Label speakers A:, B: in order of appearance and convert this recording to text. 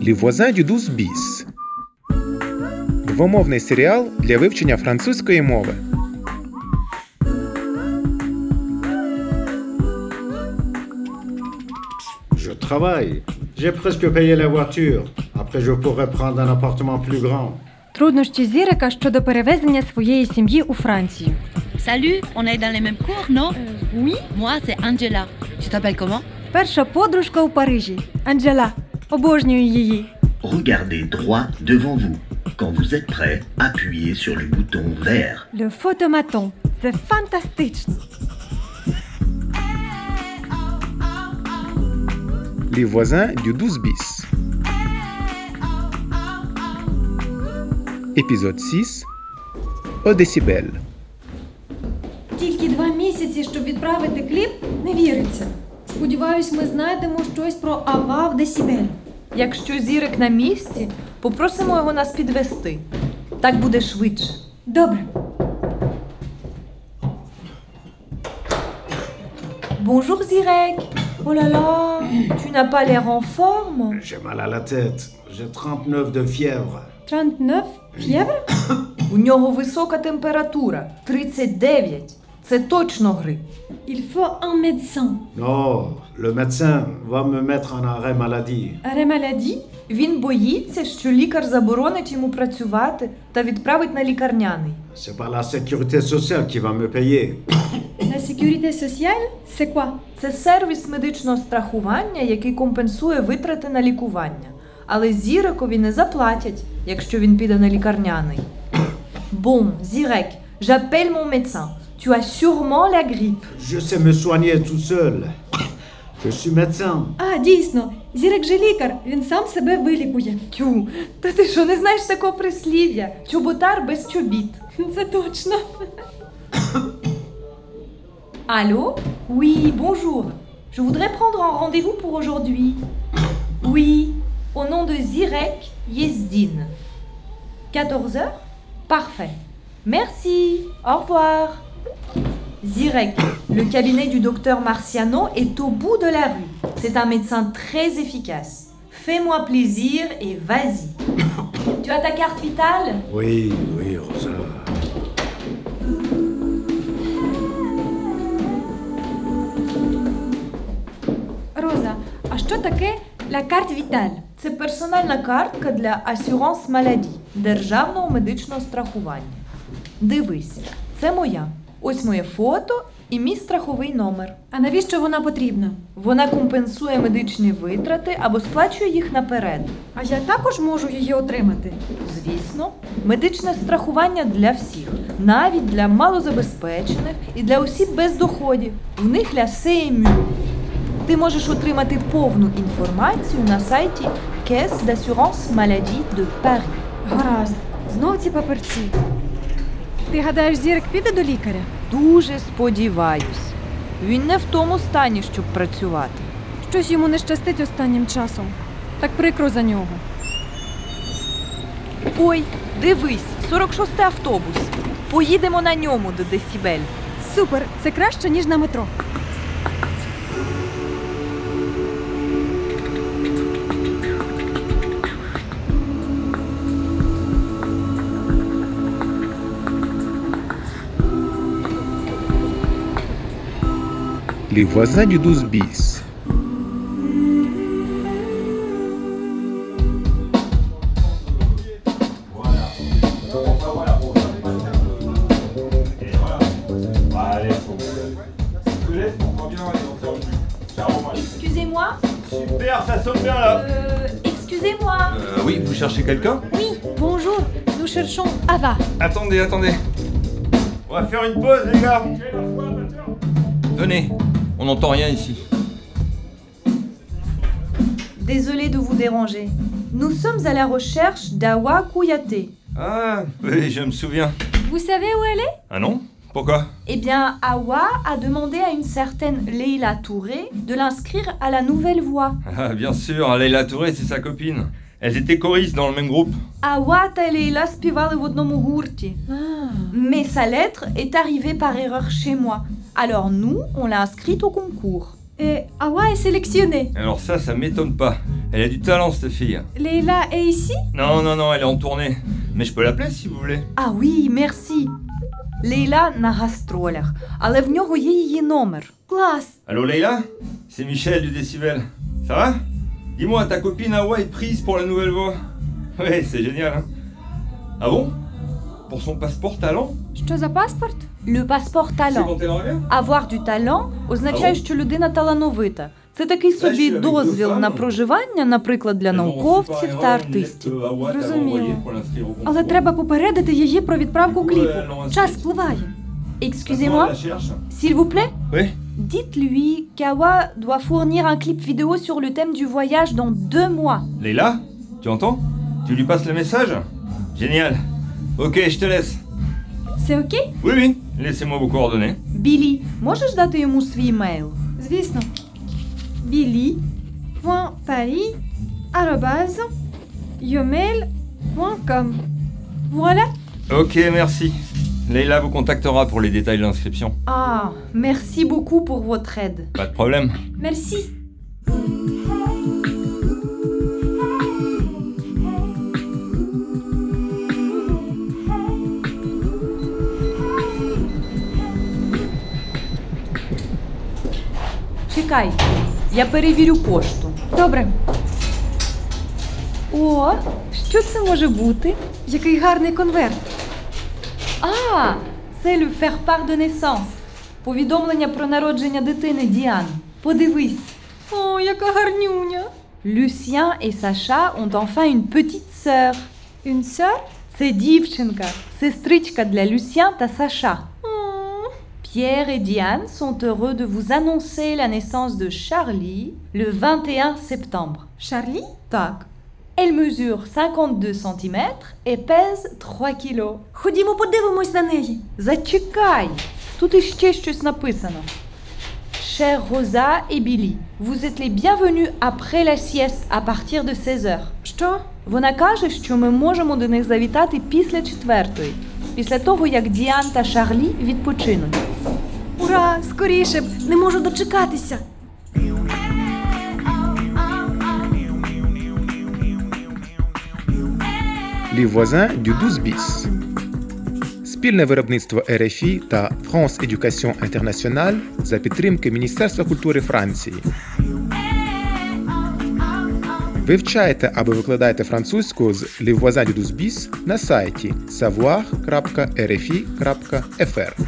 A: Les voisins du 12 bis. Двомовний серіал для вивчення французької мови.
B: Je travaille. J'ai presque payé la voiture. Après, je pourrais prendre un appartement plus grand.
C: Труднощі Зірика щодо перевезення своєї сім'ї у Францію.
D: Salut, on est dans les mêmes cours, non
E: Euh,
D: Oui. Moi, c'est Angela. Tu t'appelles comment
C: Перша подружка у Парижі Анджела. Обожнюю її.
F: Regardez droit devant vous. Quand vous êtes prêt, appuyez sur le bouton vert.
C: Le photomaton. Це фантастично.
A: Les voisins du 12 bis. Епізод 6. Au décibel.
C: Тільки два місяці, щоб відправити кліп, не віриться. Сподіваюсь, ми знайдемо щось про Ава в Десібель.
E: Якщо зірик на місці, попросимо його нас підвести. Так буде швидше.
C: Добре.
E: Bonjour Zirek. Oh là là, tu n'as pas l'air en forme.
B: J'ai mal à la tête. J'ai 39 de fièvre.
C: 39 євро?
E: У нього висока температура 39. Це точно грип.
C: Il faut un médecin.
B: Non, le médecin va me mettre en arrêt maladie.
C: Arrêt maladie?
E: Він боїться, що лікар заборонить йому працювати та відправить на лікарняний.
B: C'est pas la sécurité sociale qui va me payer.
C: La sécurité sociale, c'est quoi?
E: Це сервіс медичного страхування, який компенсує витрати на лікування. Але зірикові не заплатять, якщо він піде на лікарняний. Бом, зірек, j'appelle mon médecin. Tu as sûrement la grippe.
B: Je sais me soigner tout seul. Je suis médecin.
C: А, дійсно, зірик же лікар, він сам себе вилікує.
E: Тю, та ти що не знаєш такого прислів'я? Чоботар без чобіт.
C: Це точно.
E: Allô Oui, bonjour. Je voudrais prendre un rendez-vous pour aujourd'hui. Oui, au nom de Zirek Yezdin. 14h Parfait. Merci. Au revoir. Zirek, le cabinet du docteur Marciano est au bout de la rue. C'est un médecin très efficace. Fais-moi plaisir et vas-y. tu as ta carte vitale
B: Oui, oui, Rosa.
C: Роза, а що таке La carte vitale?
E: Це персональна картка для Assurance Maladie – державного медичного страхування. Дивися, це моя. Ось моє фото і мій страховий номер.
C: А навіщо вона потрібна?
E: Вона компенсує медичні витрати або сплачує їх наперед.
C: А я також можу її отримати.
E: Звісно, медичне страхування для всіх, навіть для малозабезпечених і для осіб без доходів. В них лясе мю. Ти можеш отримати повну інформацію на сайті Caisse d'assurance maladie de Paris.
C: Гаразд, знов ці паперці. Ти гадаєш, зірик піде до лікаря?
E: Дуже сподіваюсь. Він не в тому стані, щоб працювати.
C: Щось йому не щастить останнім часом. Так прикро за нього.
E: Ой, дивись, 46-й автобус. Поїдемо на ньому до Десібель.
C: Супер, це краще, ніж на метро.
A: Les voisins du 12 bis.
E: Excusez-moi.
G: Super, ça sonne bien là
E: Excusez-moi.
G: Euh oui, vous cherchez quelqu'un
C: Oui, bonjour, nous cherchons Ava.
G: Attendez, attendez. On va faire une pause les gars Venez, on n'entend rien ici.
E: Désolé de vous déranger. Nous sommes à la recherche d'Awa Kouyaté.
G: Ah, oui, je me souviens.
C: Vous savez où elle est?
G: Ah non Pourquoi
E: Eh bien, Awa a demandé à une certaine Leila Touré de l'inscrire à la nouvelle voie.
G: Ah, bien sûr, Leila Touré, c'est sa copine. Elles étaient choristes dans le même groupe.
E: Awa та Leila співали в одному гурті. Mais sa lettre est arrivée par erreur chez moi. Alors nous, on l'a inscrite au concours.
C: Et Awa est sélectionnée.
G: Alors ça, ça m'étonne pas. Elle a du talent, cette fille.
C: Leila est ici
G: Non, non, non, elle est en tournée. Mais je peux l'appeler si vous voulez.
E: А, ah oui, merci. Лейла на гастролях, але в нього є її номер.
C: Клас!
G: Allô, Leïla C'est Michel du Décibel. Ça va Dis-moi, ta copine Hawa est prise pour la nouvelle voix. Ouais, c'est génial, hein Ah bon Pour son passeport talent
C: Що за паспорт?
E: Le passeport
G: C'est
E: talent.
G: quand elle revient
E: Avoir du talent означає,
G: Алло.
E: що людина талановита. Це такий собі
G: ще навіть
E: дозвіл
G: достану.
E: на проживання, наприклад, для
G: Elles ont reçu
E: науковців
G: par
E: та
G: erreur une
E: артистів.
G: lettre Hawa t'avait
C: Зрозуміло.
G: envoyée pour l'inscrire au concours.
C: Але треба попередити її про відправку
G: Ouais,
C: кліпу.
G: elle l'enregistre.
C: Час впливає.
G: Maintenant, elle
E: Excusez-moi,
G: la cherche.
E: s'il vous plaît,
G: Oui
E: dites-lui qu'Awa doit fournir un clip vidéo sur le thème du voyage dans deux mois.
G: Leïla Tu entends Tu lui passes le message Génial. Ok, je te laisse.
C: Все окей?
G: Oui, oui, laissez-moi vos coordonnées.
E: Білі, можеш дати йому свій мейл?
C: Звісно. Білі. Парі. Арабаз. Yomel.com. Voilà.
G: Ok, merci. Leïla vous contactera pour les détails de l'inscription.
E: Ah, merci beaucoup pour votre aide.
G: Pas de problème.
C: Мерсі.
E: Чекай, я перевірю пошту.
C: Добре.
E: О, що це може бути?
C: Який гарний конверт.
E: А, це le faire part de naissance. Повідомлення про народження дитини Діан. Подивись.
C: О, яка гарнюня.
E: Lucien et Sacha ont enfin une petite sœur.
C: Une sœur?
E: Це дівчинка, сестричка для Lucien та Саша.
C: Hmm.
E: Pierre et Diane sont heureux de vous annoncer la naissance de Charlie le 21 septembre.
C: Шарлі?
E: Так. Elle mesure 52 cm et pèse 3 kg.
C: Ходімо подивимось на неї.
E: Зачекай! Тут іще щось написано. Chère Rosa et Billy, vous êtes les bienvenus après la sieste à partir de 16 h
C: Що?
E: Вона каже, що ми можемо до них завітати після четвертої, після того як Діан та Шарлі відпочинуть.
C: Ура! Скоріше б! Не можу дочекатися.
A: Les voisins du 12 bis. Спільне виробництво РФІ та France Education International за підтримки Міністерства культури Франції. Вивчайте або викладайте французьку з Les voisins du 12 bis на сайті savoir.rfi.fr.